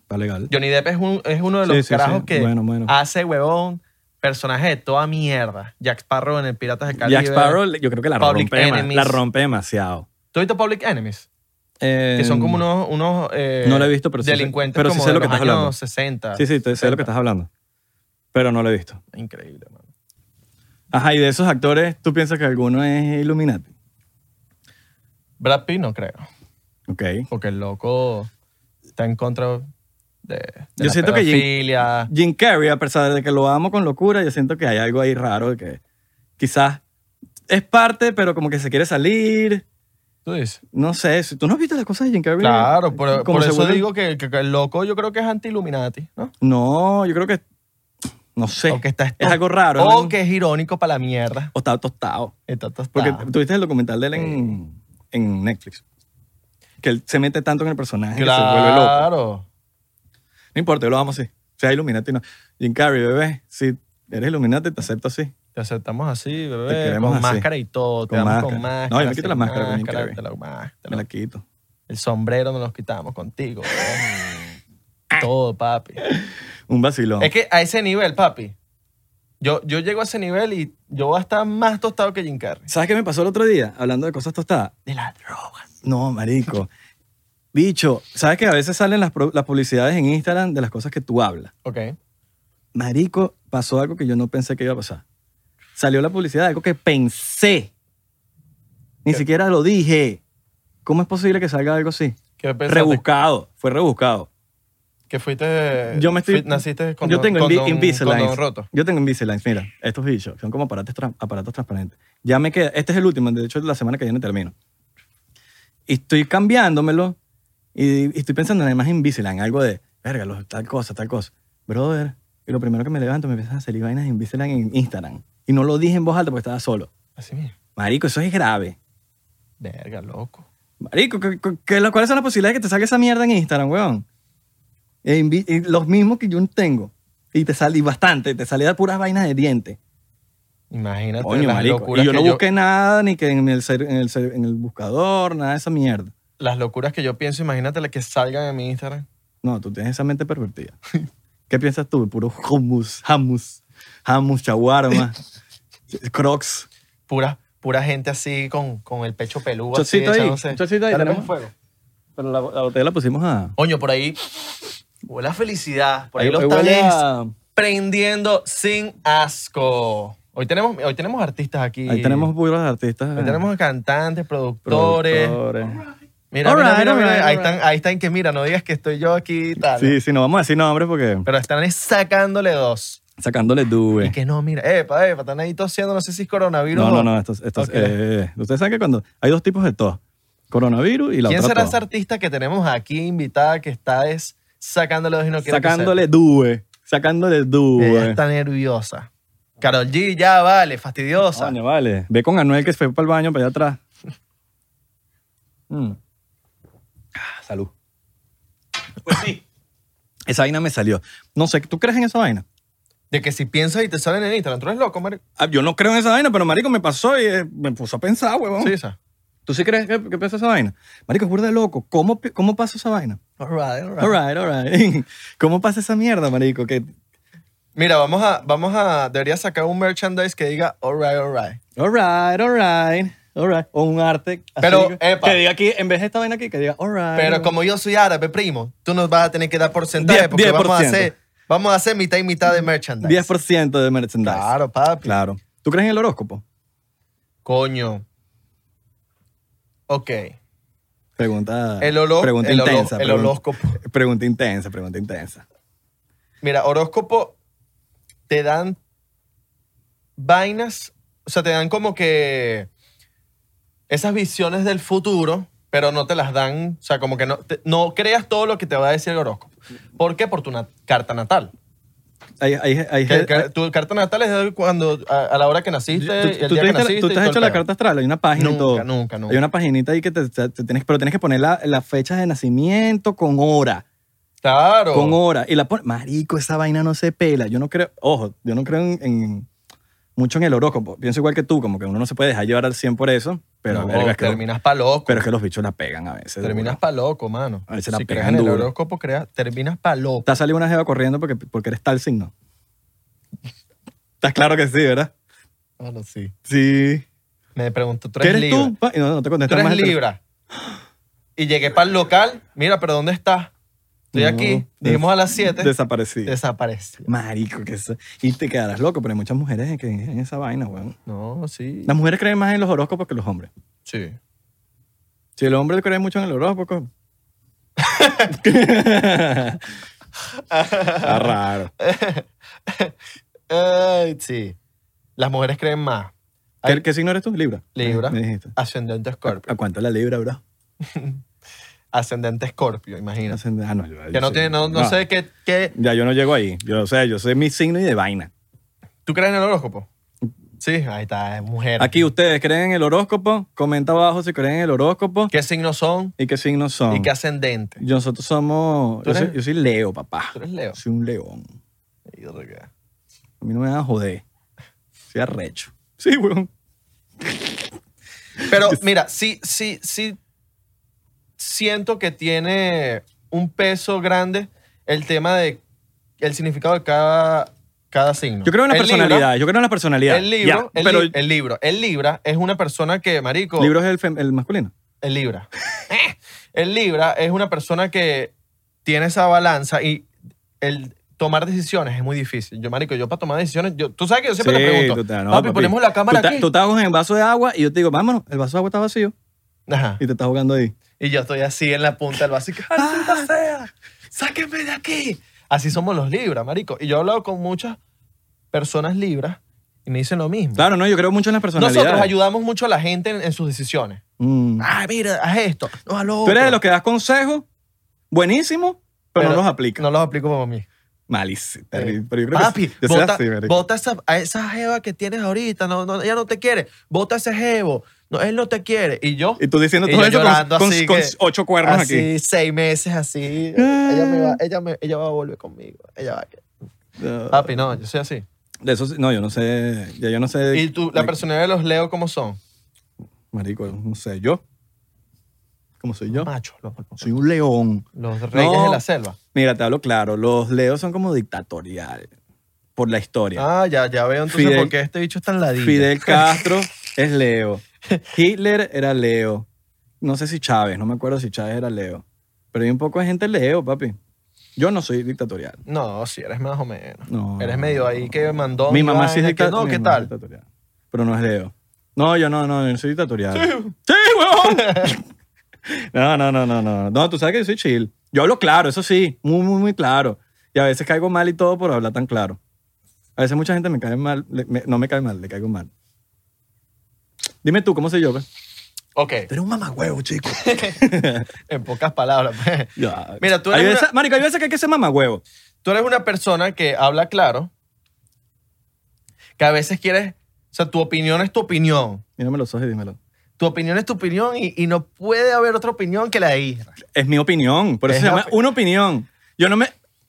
Está legal. Johnny Depp es, un- es uno de Sí, los sí, carajos sí. que Bueno, bueno. hace huevón personaje de toda mierda. Jack Sparrow en el Piratas del Caribe. Jack Sparrow, yo creo que la Public rompe, dema- Enemies. la rompe demasiado. ¿Tú has visto Public Enemies? Eh, Que son como unos, unos eh, No lo he visto, pero sí sé- delincuentes pero sí como sé de lo que los estás hablando. años 60. Sí, sí, te- sé de lo que estás hablando. Pero no lo he visto. Increíble, mano. Ajá, y de esos actores, ¿tú piensas que alguno es Illuminati? Brad Pitt no creo, Ok. porque el loco está en contra de, de Yo la siento que Jim- pedofilia. Jim Carrey, a pesar de que lo amo con locura, yo siento que hay algo ahí raro de que quizás es parte, pero como que se quiere salir. ¿Tú dices? No sé, si- ¿tú no has visto las cosas de Jim Carrey? Claro, por, Como por se eso vuelve- digo que, que- que el loco yo creo que es anti-Illuminati, ¿no? No, yo creo que. No sé. O que está es algo raro. O ¿no? Oh, que es irónico para la mierda. O está tostado. Está tostado. Porque tuviste el documental de él en, en Netflix. Que él se mete tanto en el personaje que se vuelve loco. Claro. No importa, yo lo amo así. Sea Illuminati, no. Jim Carrey, bebé, si eres Illuminati, te acepto así. Te aceptamos así, Te bebé. queremos Con así. máscara y todo. Te Con damos con máscara. máscara. No, yo me quito sin la máscara, coño, máscara, increíble. te la- máscara, Me la quito. El sombrero nos lo quitamos contigo. bebé. todo, papi. Un vacilón. Es que a ese nivel, papi. Yo, yo llego a ese nivel y yo voy a estar más tostado que Jim Carrey. ¿Sabes qué me pasó el otro día? Hablando de cosas tostadas. De la droga. No, marico. Bicho, ¿sabes que a veces salen las, pro- las publicidades en Instagram de las cosas que tú hablas? Ok. Marico, pasó algo que yo no pensé que iba a pasar. Salió la publicidad de algo que pensé. Ni ¿Qué? siquiera lo dije. ¿Cómo es posible que salga algo así? ¿Qué pensaste? Rebuscado, fue rebuscado. Que fuiste. Yo me estoy- fui- naciste con yo tengo con Invi- don- Invisalign. condón roto. Yo tengo Invisalign, mira, estos bichos son como aparatos, tran- aparatos transparentes. Ya me queda, este es el último, de hecho la semana que viene termino. Y estoy cambiándomelo y, y estoy pensando en la imagen Invisalign, algo de, verga, los- tal cosa, tal cosa. Brother, y lo primero que me levanto me empiezan a salir vainas de Invisalign en Instagram. Y no lo dije en voz alta porque estaba solo. Así mismo. Marico, eso es grave. Verga, loco. Marico, ¿cu- cu- qué- la- ¿cuáles son las posibilidades de que te salga esa mierda en Instagram, weón? E invi- y los mismos que yo tengo. Y te salí bastante, te salía puras vainas de dientes. Imagínate Coño, las marico. locuras Y yo que no busqué nada, ni que en el, cer- en, el cer- en el buscador, nada de esa mierda. Las locuras que yo pienso, imagínate las que salgan en mi Instagram. No, tú tienes esa mente pervertida. ¿Qué piensas tú? Puro hummus, hummus, hummus, chaguarma, crocs. Pura, pura gente así con, con el pecho peludo. Chocito ahí, así, echándose- chocito ahí, Dale, tenemos pues, fuego. Pero la, la botella la pusimos a... Coño, por ahí. Huele a felicidad. Por ahí, los huele tales a- prendiendo sin asco. Hoy tenemos, hoy tenemos artistas aquí. Ahí tenemos puros artistas. Hoy tenemos cantantes, productores. productores. Mira, All mira, right, mira, all mira. right, ahí, all están, ahí están que mira, no digas que estoy yo aquí y tal. Sí, sí, no vamos a decir nombres porque Pero están sacándole dos. sacándole duve. Y que no, mira, epa, epa, están ahí tosiendo, no sé si es coronavirus. Pues. No, o- no, no, esto, es- esto es- Ok. eh, eh, eh. Ustedes saben que cuando hay dos tipos de tos, coronavirus y la ¿Quién otra será tos. esa artista que tenemos aquí invitada que está es sacándole dos y no quiere que sacándole duve, sacándole sepa? Ella duve. está nerviosa. Carol G, ya vale, fastidiosa. Coño, vale. Ve con Anuel que se fue para el baño para allá atrás. Mm. Ah, salud. Pues sí. Esa vaina me salió. No sé, ¿tú crees en esa vaina? De que si piensas y te salen en Instagram, tú eres loco, marico. Ah, yo no creo en esa vaina, pero marico me pasó y eh, me puso a pensar, huevón. Sí, esa. ¿Tú sí crees que, que pasa esa vaina? Marico, es burda de loco. ¿Cómo, pi- ¿Cómo pasa esa vaina? All right, all right. Alright, alright. ¿Cómo pasa esa mierda, marico? Que, Mira, vamos a, vamos a, debería sacar un merchandise que diga alright, alright. alright, alright, alright. O un arte así Pero, que, epa. que diga aquí, en vez de esta vaina aquí, que diga alright. Pero como yo soy árabe, primo, tú nos vas a tener que dar porcentaje Diez- porque diez por vamos a ciento. hacer, vamos a hacer mitad y mitad de merchandise. 10% de merchandise. Claro, papi. Claro. ¿Tú crees en el horóscopo? Coño. Ok. Pregunta, El, holo- pregunta el, holo- intensa. el pregunta- horóscopo. Pregunta intensa, pregunta intensa. Mira, horóscopo te dan vainas, o sea, te dan como que esas visiones del futuro, pero no te las dan, o sea, como que no, te- no creas todo lo que te va a decir el horóscopo. ¿Por qué? Por tu na- carta natal. Hay, hay, hay- Que- que- tu carta natal es de cuando, a, a la hora que naciste, tú, y el tú te has día que hecho, naciste. tú y te has todo hecho el la pedo. carta astral, hay una página y Nunca, todo. nunca, nunca. Hay una paginita ahí que te, te- te tienes, pero tienes que poner la, la fecha de nacimiento con hora. Claro. Con hora. Y la pon- Marico, esa vaina no se pela. Yo no creo. Ojo, yo no creo en, en- mucho en el horóscopo. Pienso igual que tú, como que uno no se puede dejar llevar al 100 por eso. Pero, No, verga, es que los- terminas pa' loco. pero es que los bichos la pegan a veces. terminas pa' loco, mano. A veces la si pegan crees en el duro. horóscopo, creas, terminas pa' loco. ¿Te ha salido una jeva corriendo porque, porque eres tal signo? Estás claro que sí, ¿verdad? Bueno, sí. Sí. Me preguntó, ¿tú ¿Qué eres eres libra? tú? Pa- y No, no te Tú contestas eres más. el teléfono. libra. Y llegué para el local. Mira, pero ¿dónde estás? Estoy No, aquí. des- Dijimos a las 7. Desaparecido. Desapareció. Marico, que eso. Y te quedarás loco, pero hay muchas mujeres que en esa vaina, weón. No, sí. Las mujeres creen más en los horóscopos que los hombres. Sí. Si el hombre cree mucho en el horóscopo. Está raro. Ay, sí. Las mujeres creen más. Ay. ¿Qué, qué signo eres tú? Libra. Libra. Me dijiste. Ascendente Escorpio. ¿A cuánto es la libra, bro? Ascendente Escorpio, imagínate. Ah, no, yo- Que no sí. tiene, no, no sé qué, qué. Ya yo no llego ahí. Yo, o sea, yo sé mi signo y de vaina. ¿Tú crees en el horóscopo? Sí, ahí está, es mujer. Aquí ustedes creen en el horóscopo. Comenta abajo si creen en el horóscopo ¿Qué signos son y qué signos son. y qué ascendente? Yo- Nosotros somos. ¿Tú Yo eres? soy, yo soy Leo, papá. Tú eres Leo. Soy un león. Verga. A mí no me van a joder. Soy arrecho. Sí, weón. Pero mira, sí, sí, sí siento que tiene un peso grande el tema de el significado de cada, cada signo. Yo creo en la El personalidad. yo creo en la personalidad. Libra, el libro, Ya, el, pero li- el libro, el libra es una persona que, marico, libro es el, fem- el masculino. el libra. el libra es una persona que tiene esa balanza y el tomar decisiones es muy difícil. Yo, marico, yo para tomar decisiones, yo, tú sabes que yo siempre Sí, le pregunto, tú te- no, papi, papi, ponemos la cámara tú, aquí. ta- tú estás en el vaso de agua y yo te digo, vámonos, el vaso de agua está vacío Ajá. y te estás jugando ahí. Y yo estoy así en la punta del básico. ¡Maldita sea! ¡Sáquenme de aquí! Así somos los libras, marico. Y yo he hablado con muchas personas libras y me dicen lo mismo. Claro, no, yo creo mucho en las personalidades. Nosotros ayudamos mucho a la gente en, en sus decisiones. Mm. Ah, mira, haz esto. No, haz lo Tú eres otro. de los que das consejos buenísimos, pero, no los aplicas. No los aplico como a mí. Malísimo. Eh, terrible. Pero yo creo que Papi, sí, yo soy bota, así, marico. bota esa, a esa jeva que tienes ahorita. No, no, ella no te quiere. Bota ese jevo. No, él no te quiere. Y yo... Y tú diciendo Y todo yo eso con, llorando con- así con que- ocho cuernos aquí. Así, seis meses así. Ella, me va, ella, me- ella va a volver conmigo. Ella va a... No, Papi, no, yo soy así. de eso sí- no, yo no sé. Ya yo no sé. ¿Y tú, la de- personalidad de los Leo cómo son? Marico, no sé, yo. ¿Cómo soy yo? Machos, los, los- Soy un león. los reyes No. de la selva. Mira, te hablo claro, los leos son como dictatorial por la historia. Ah, ya, ya veo entonces Fidel- por qué este bicho es tan ladillo. Fidel Castro es leo. Hitler era leo. No sé si Chávez, no me acuerdo si Chávez era leo. Pero hay un poco de gente leo, papi. Yo no soy dictatorial. No, sí, eres más o menos. No. Eres medio ahí que mandó. Mi mamá sí es dicta- No, mi ¿qué mamá es tal? dictatorial. Pero no es leo. No, yo no, no, yo no soy dictatorial. Sí, huevón. No, no, no, no, no. No, tú sabes que yo soy chill. Yo hablo claro, eso sí, muy, muy, muy claro. Y a veces caigo mal y todo por hablar tan claro. A veces mucha gente me cae mal, le- me- no me cae mal, le caigo mal. Dime tú, ¿cómo soy yo? pues? pe? ok, Tú eres un mamagüevo, chico. en pocas palabras. pues. Ya. Mira, tú Hay eres, una, veces- marico, hay veces que hay que ser mamagüevo. tú eres una persona que habla claro, Que a veces quieres, o sea, tu opinión es tu opinión. Mírame los ojos y dímelo. Tu opinión es tu opinión y, y no puede haber otra opinión que la de Isra. Es mi opinión, por eso Es se la llama opi- una opinión. Yo no me...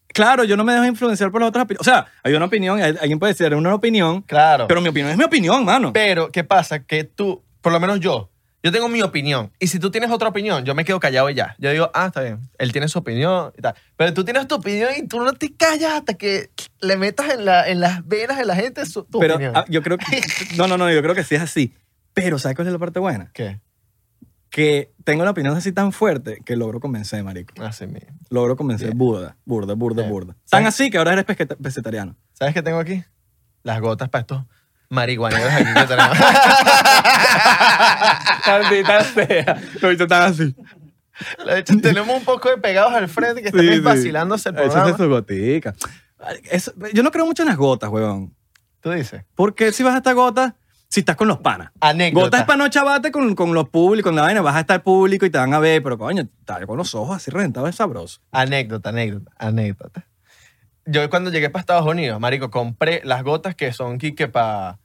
Claro, yo no me dejo influenciar por las otras opiniones. O sea, hay una opinión, hay- alguien puede decir una opinión, Claro. pero mi opinión es mi opinión, mano. Pero, ¿qué pasa? Que tú, por lo menos yo, yo tengo mi opinión. Y si tú tienes otra opinión, yo me quedo callado y ya. Yo digo, ah, está bien, él tiene su opinión y tal. Pero tú tienes tu opinión y tú no te callas hasta que le metas en, la, en las venas de la gente su, tu Pero opinión. ah, yo creo que... No, no, no, yo creo que sí es así. Pero ¿sabes cuál es la parte buena? ¿Qué? Que tengo la opinión así tan fuerte que logro convencer, marico. Así mismo. Logro convencer Bien. burda, burda, burda, Bien. burda. Tan ¿Sabes? así que ahora eres pesqueta- pescetariano. ¿Sabes qué tengo aquí? Las gotas para estos marihuaneros aquí que tenemos. Maldita sea. Lo viste tan así. De hecho, tenemos un poco de pegados al frente que están Sí, sí. vacilándose el Échate programa. su gotica. Eso- yo no creo mucho en las gotas, huevón. Tú dices. Porque si vas a estar gotas, si estás con los panas. Anécdota. Gotas es para no chavate con, con los públicos, con la vaina. Vas a estar público y te van a ver, pero coño, estar con los ojos así reventados es sabroso. Anécdota, anécdota, anécdota. Yo cuando llegué para Estados Unidos, marico, compré las gotas que son quique para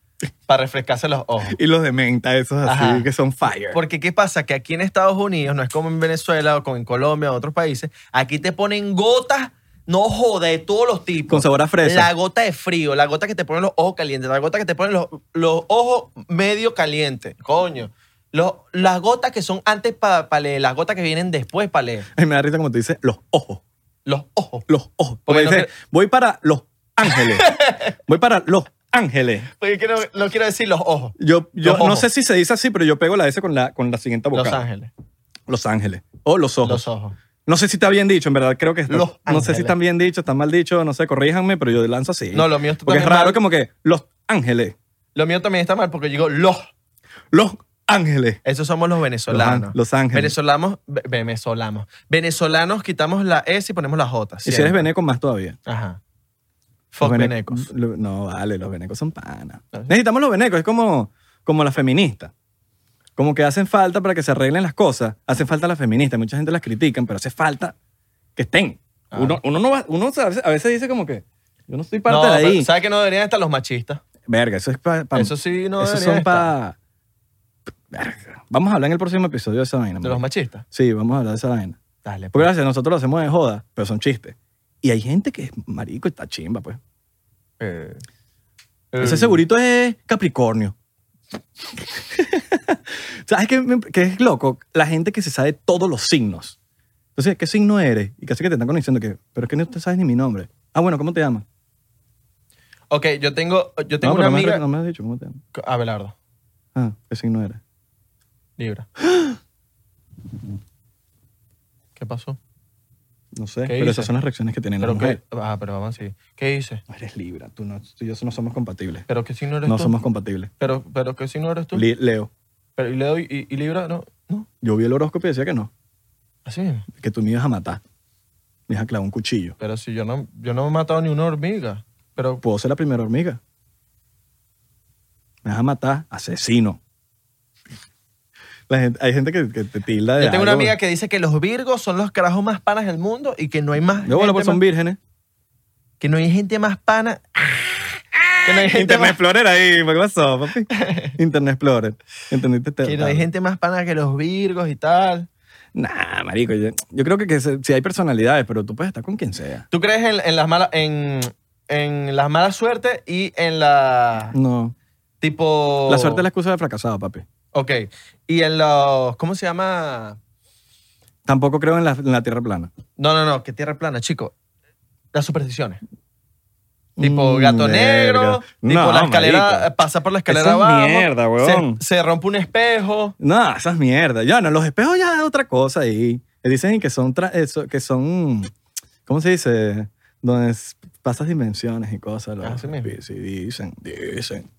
refrescarse los ojos. Y los de menta, esos así, Ajá. que son fire. Porque ¿qué pasa? Que aquí en Estados Unidos, no es como en Venezuela o como en Colombia o otros países, aquí te ponen gotas, no joda, de todos los tipos. Con sabor a fresa. La gota de frío, la gota que te ponen los ojos calientes, la gota que te ponen los, los ojos medio calientes, coño. Los- las gotas que son antes para leer, las gotas que vienen después para leer, Ay, me da risa como te dice los ojos. los ojos. Los ojos. Porque Porque no dice, voy para Los Ángeles. voy para Los Ángeles. Porque Pues que no, no quiero decir los ojos. Yo, yo Los no ojos. sé si se dice así, pero yo pego la S con la, con la siguiente vocal. Los Ángeles. Los Ángeles. O los ojos. Los ojos. No sé si está bien dicho, en verdad creo que está- Los no sé si Ángeles. están bien dicho, están mal dicho, no sé, corríjanme, pero yo lanzo así. No, lo mío está Porque es también raro mal. como que Los Ángeles, Lo mío también está mal porque yo digo los. Los Ángeles. Esos somos los venezolanos. Los An- Los Ángeles. Venezolanos, ve- venezolanos. Venezolanos quitamos la S y ponemos la J. Y si eres siempre. veneco más todavía. Ajá. Los Fuck vene- Mm, venecos. lo- No, vale, los venecos son panas. Ah, sí. Necesitamos los venecos, es como, como las feministas. Como que hacen falta para que se arreglen las cosas, hacen falta las feministas, mucha gente las critican, pero hace falta que estén. Ah. Uno, uno no va- uno a veces, a veces dice como que yo no estoy parte no, de pero ahí. ¿Sabes que no deberían estar los machistas? Verga, eso es para Eso sí no Esos deberían son estar. para. Vamos a hablar en el próximo episodio de esa vaina. De marico. los machistas. Sí, vamos a hablar de esa vaina. Dale. Porque gracias, nosotros lo hacemos de joda, pero son chistes. Y hay gente que es marico y está chimba, pues. Eh, Ese eh, segurito es Capricornio. ¿Sabes qué, me- qué es loco? La gente que se sabe todos los signos. Entonces, ¿qué signo eres? Y casi que te están conociendo que, pero es que no te sabes ni mi nombre. Ah, bueno, ¿cómo te llamas? Ok, yo tengo, yo tengo no, pero una no me has- amiga. no me has dicho cómo te llamas. Abelardo. Ah, ¿qué signo eres? Libra. ¿Qué pasó? No sé, ¿Qué pero hice? esas son las reacciones que tienen las Pero mujeres. que, ah, pero vamos a seguir. ¿Qué hice? No eres Libra, tú, no, tú y yo no somos compatibles. ¿Pero qué signo eres No tú? somos compatibles. Pero, pero ¿qué signo eres tú? Li- Leo, Pero, ¿y, Leo y, y Libra? No, no. yo vi el horóscopo y decía que no, Así mismo. que tú me ibas a matar. Me ibas a clavar un cuchillo. Pero si yo no, yo no he matado ni una hormiga. Pero, Puedo ser la primera hormiga. Me vas a matar, asesino. La gente- hay gente que, que te tilda de yo tengo una algo. amiga que dice que los virgos son los carajos más panas del mundo y que no hay más. Yo, bueno, pues gente son más- vírgenes. que no hay gente más pana. Que no hay gente Internet más, Explorer ahí, ¿qué pasó, papi? Internet Explorer. ¿Entendiste? que no hay gente más pana que los virgos y tal. Nah, marico, yo, yo creo que, que se- si hay personalidades, pero tú puedes estar con quien sea. ¿Tú crees en, en las malas en, en las malas suertes y en la No. tipo La suerte es la excusa de fracasado, papi. Ok. Y en los ¿cómo se llama? Tampoco creo en la, en la tierra plana. No, no, no, que tierra plana, chico. Las supersticiones. Tipo gato Mm, negro, verga. tipo No, la escalera, marico. pasa por la escalera Eso es abajo. mierda, se- weón. Se, rompe un espejo. No, esas mierdas. Ya, no, los espejos ya es otra cosa ahí. Que Dicen que son, tra- eso- que son, ¿cómo se dice? Donde es- pasas dimensiones y cosas. los- Así Ah, mismo. Sí, dicen, dicen.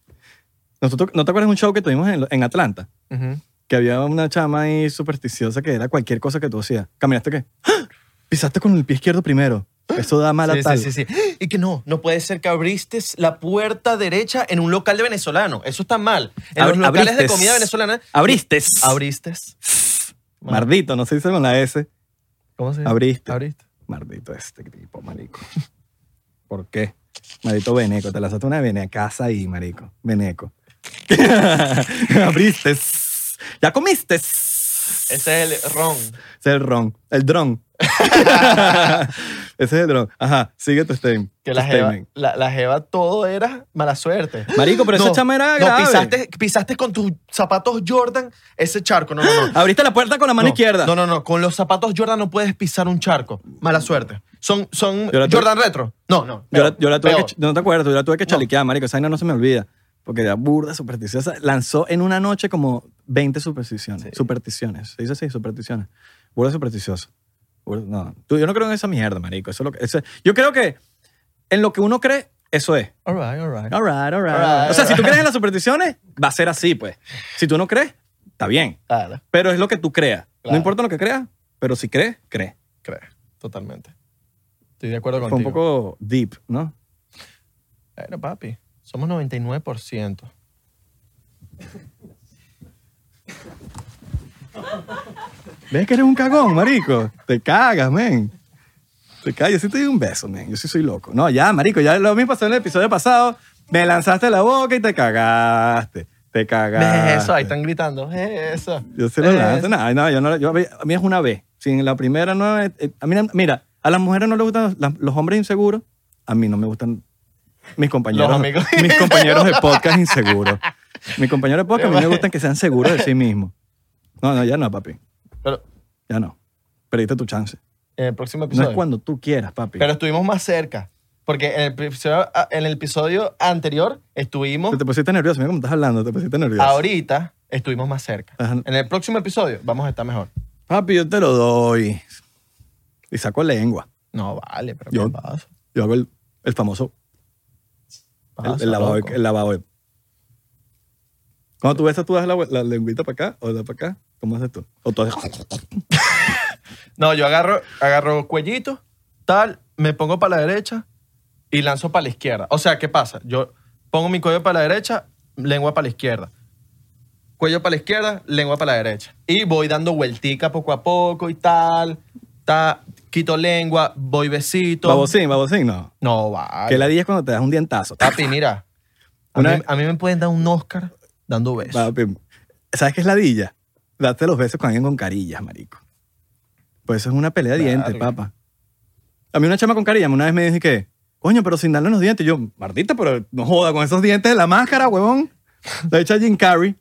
Nosotros, ¿No te acuerdas de un show que tuvimos en, lo- en Atlanta? Ujú. Que había una chama ahí supersticiosa que era cualquier cosa que tú hacías. ¿Caminaste qué? ¡Ah! Pisaste con el pie izquierdo primero. Eso da mala ¡Ah! Sí, tal. sí, sí, sí. Y que no, no puede ser que abriste la puerta derecha en un local de venezolano. Eso está mal. En los Abri- locales de abristes. comida venezolana. Abriste. Abriste. Mardito, no se dice con la S. ¿Cómo se Abriste. Abriste. Maldito este tipo, marico. ¿Por qué? Maldito veneco, te lanzaste una venecasa ahí, marico. Veneco. Abriste. Ya comiste. Ese Ese es el ron. es el ron. El dron. Ese es el dron. Ajá, sigue tu statement. Que tu la jeva, statement. la, la jeva todo era mala suerte. Marico, pero esa No, chama era no, grave. pisaste, pisaste con tus zapatos Jordan ese charco. No, no, no. Abriste la puerta con la mano No, izquierda. No, no, no. Con los zapatos Jordan no puedes pisar un charco. Mala suerte. Son, son Yo la tuve- Jordan Retro. No, no. Yo la, peor, yo la tuve peor. que, no te acuerdo, yo la tuve que No. chalequear, marico. Esa vaina no se me olvida. Porque era burda, supersticiosa. Lanzó en una noche como 20 supersticiones. Sí. Supersticiones. ¿Se dice así? Supersticiones. Burda supersticiosa. Burda- no. Tú- yo no creo en esa mierda, marico. Eso es lo que, eso es- yo creo que en lo que uno cree, eso es. All right, all right. All right, all right, All right, all right. O sea, all si tú right. crees en las supersticiones, va a ser así, pues. Si tú no crees, está bien. Claro, Pero es lo que tú creas. No Claro. importa lo que creas, pero si crees, crees. creo. Totalmente. Estoy de acuerdo Fue un contigo. poco deep, ¿no? Bueno, papi, somos 99%. ¿Ves que eres un cagón, marico? Te cagas, men. Te cagas. Yo sí te di un beso, men. Yo sí soy loco. No, ya, marico, ya lo mismo pasó en el episodio pasado. Me lanzaste la boca y te cagaste. Te cagaste. Eso, ahí están gritando. Eso. Ah. Yo se lo Eso. lanzo. No, no, yo no. yo- a mí es una vez. Si en la primera no. eh, eh, a mí no- mira, a las mujeres no les gustan los, las- los hombres inseguros. A mí no me gustan mis compañeros. Los amigos Mis compañeros de podcast inseguros. Mis compañeros de podcast a mí me gustan que sean seguros de sí mismos. No, no, ya no, papi. Pero Ya no. Perdiste tu chance. en el próximo No episodio. es cuando tú quieras, papi. Pero estuvimos más cerca. Porque en el episodio, en el episodio anterior estuvimos. Te, te pusiste nervioso. Mira cómo estás hablando. Te pusiste nervioso. Ahorita estuvimos más cerca. Ajá. En el próximo episodio vamos a estar mejor. Papi, yo te lo doy. Y saco lengua. No, vale, pero Yo- ¿qué pasa? Yo hago el, el famoso El- Pasa, el, lavado de, Ah, loco. el lavado de- Cuando tú besas, tú das la, la lengüita para acá o la para acá. ¿Cómo haces tú? O tú haces... No, yo agarro, agarro cuellito, tal, me pongo para la derecha y lanzo para la izquierda. O sea, ¿qué pasa? Yo pongo mi cuello para la derecha, lengua para la izquierda. Cuello para la izquierda, lengua para la derecha. Y voy dando vueltica poco a poco y tal, tal, quito lengua, voy besito. Babosín, babosín, no. No, vale. Que la 10 cuando te das un dientazo. Papi, mira. A, Una- mí, a mí me pueden dar un Oscar dando besos. Papi, ¿Sabes qué es ladilla? Date los besos con alguien con carillas, marico. Pues eso es una pelea de dientes, Verga. papá. A mí una chama con carillas una vez me dice que, coño, pero sin darle los dientes. Yo, Martita, pero no joda con esos dientes de la máscara, huevón. La hecha Jim Carrey.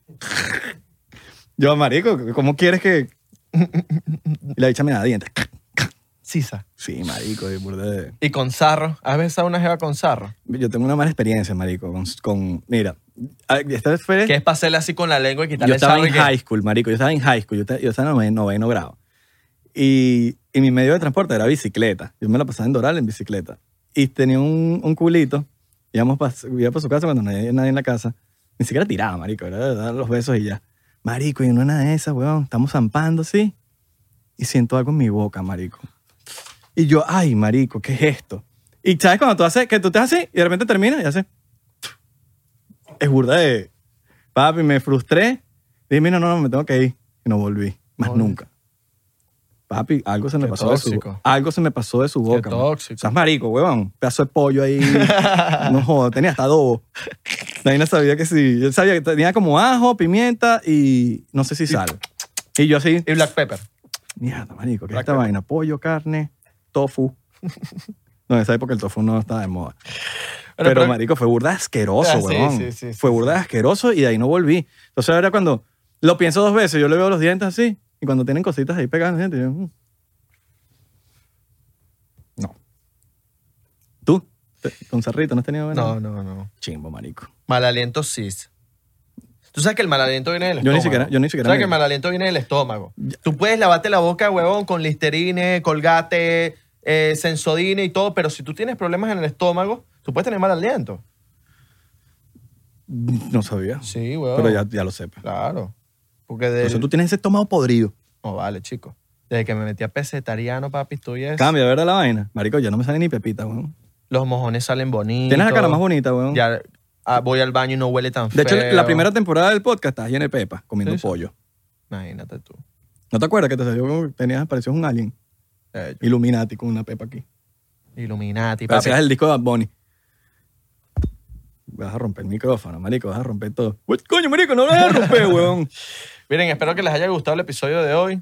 Yo, marico, ¿cómo quieres que...? Y la bicha me da dientes. Sisa. Sí, marico, de burda de- Y con sarro. ¿Has besado una jeva con sarro? Yo tengo una mala experiencia, marico, con... con- mira, a- esta vez fue- Que es para hacerle así con la lengua y quitarle yo el sarro. estaba en y que- high school, marico. Yo estaba en high school. Yo, esta- yo estaba en noveno, noveno grado. Y, y mi medio de transporte era bicicleta. Yo me la pasaba en Doral en bicicleta. Y tenía un, un culito. Íbamos para su casa cuando no había nadie en la casa. Ni siquiera tiraba, marico. Era de dar los besos y ya. Marico, y en una de esas, weón, estamos zampando, ¿sí? Y siento algo en mi boca, marico. Y yo, ay, marico, ¿qué es esto? Y sabes cuando tú haces, que tú te haces así y de repente terminas y haces... Es burda de... Papi, me frustré. Dije, mira, no, no, me tengo que ir. Y no volví. Más Joder. nunca. Papi, algo se me Qué pasó de su tóxico. boca. Algo se me pasó de su boca. man. tóxico. Seas marico, weón. Pedazo de pollo ahí. no jodas, tenía hasta adobo. Nadie sabía que sí. Yo sabía que tenía como ajo, pimienta y no sé si sal. Y yo así, Y Black Pepper. mierda, marico, ¿qué es Black esta pepper. vaina? Pollo, carne, tofu. No, en esa época el tofu no estaba de moda. Pero, marico, fue burda asqueroso, Ah, sí, weón. sí, sí, sí, fue burda asqueroso y de ahí no volví. Entonces ahora cuando lo pienso dos veces, yo le veo los dientes así y cuando tienen cositas ahí pegadas en los dientes, yo... mm. No. ¿Tú? Te- ¿Con Cerrito no has tenido buena- No, no, no. Chimbo, marico. Mal aliento cis. Tú sabes que el mal aliento viene del Yo estómago. ni siquiera- yo ni siquiera ¿Sabes me- que el mal aliento viene del estómago? Tú puedes lavarte la boca, huevón, con listerine, colgate, eh, sensodine y todo, pero si tú tienes problemas en el estómago, tú puedes tener mal aliento. No sabía. Sí, huevón. Pero ya, ya lo sepa. Claro. Porque Por de. eso tú tienes ese estómago podrido. No Oh, vale, chico. Desde que me metí a pesetariano, papi, estoy es... Cambia, ¿verdad la vaina? Marico, ya no me sale ni pepita, weón. Los mojones salen bonitos. Tienes la cara más bonita, weón. Ya ah, voy al baño y no huele tan De hecho, feo. la primera temporada del podcast estás llena de pepa, comiendo Sí, sí. pollo. Imagínate tú. ¿No te acuerdas que te salió como que tenías, parecías un alien? Eh, Illuminati con una pepa aquí. Illuminati, papi. Parecías el disco de Bad Bunny. vas a romper el micrófono, marico, vas a romper todo. Uy, Coño, marico, no lo vas a romper, weón. Miren, espero que les haya gustado el episodio de hoy.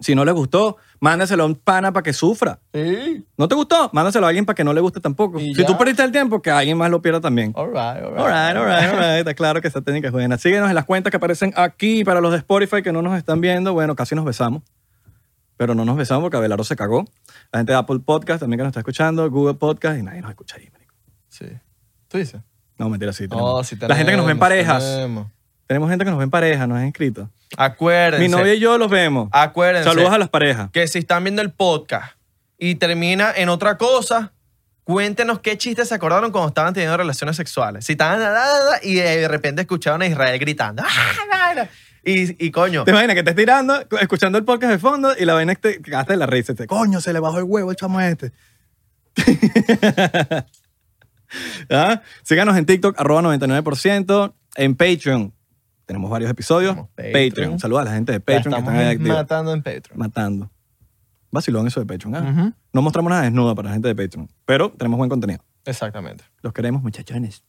Si no le gustó, mándaselo a un pana para que sufra. Sí. ¿No te gustó? Mándaselo a alguien para que no le guste tampoco. Y Si ya. tú perdiste el tiempo, que alguien más lo pierda también. All right, all right. Alright, alright, alright. Está claro que esta técnica es buena. Síguenos en las cuentas que aparecen aquí para los de Spotify que no nos están viendo. Bueno, casi nos besamos. Pero no nos besamos porque Abelardo se cagó. La gente de Apple Podcast también que nos está escuchando, Google Podcast y nadie nos escucha ahí, marico. Sí. ¿Tú dices? No, mentira, sí. tenemos. No, Oh, sí la gente que nos ve en tenemos, parejas. tenemos. Tenemos gente que nos ve en parejas, nos han escrito. Acuérdense. Mi novia y yo los vemos. Acuérdense. Saludos a las parejas. que si están viendo el podcast y termina en otra cosa, cuéntenos qué chistes se acordaron cuando estaban teniendo relaciones sexuales. Si estaban da, da, da, y de repente escucharon a Israel gritando. "Ah, no, no". Y, y coño, Te imaginas que estés tirando, escuchando el podcast de fondo y la vaina es que te cagaste de la risa. Te, Coño, se le bajó el huevo el chamo este. ¿Ah? Síganos en TikTok, arroba 99%. En Patreon, tenemos varios episodios. Tenemos Patreon. Patreon. Saluda a la gente de la Patreon que estamos están ahí activos. matando en Patreon. Matando. Vacilón eso de Patreon. ¿ah? Ujú. No mostramos nada desnuda para la gente de Patreon, pero tenemos buen contenido. Exactamente. Los queremos, muchachones.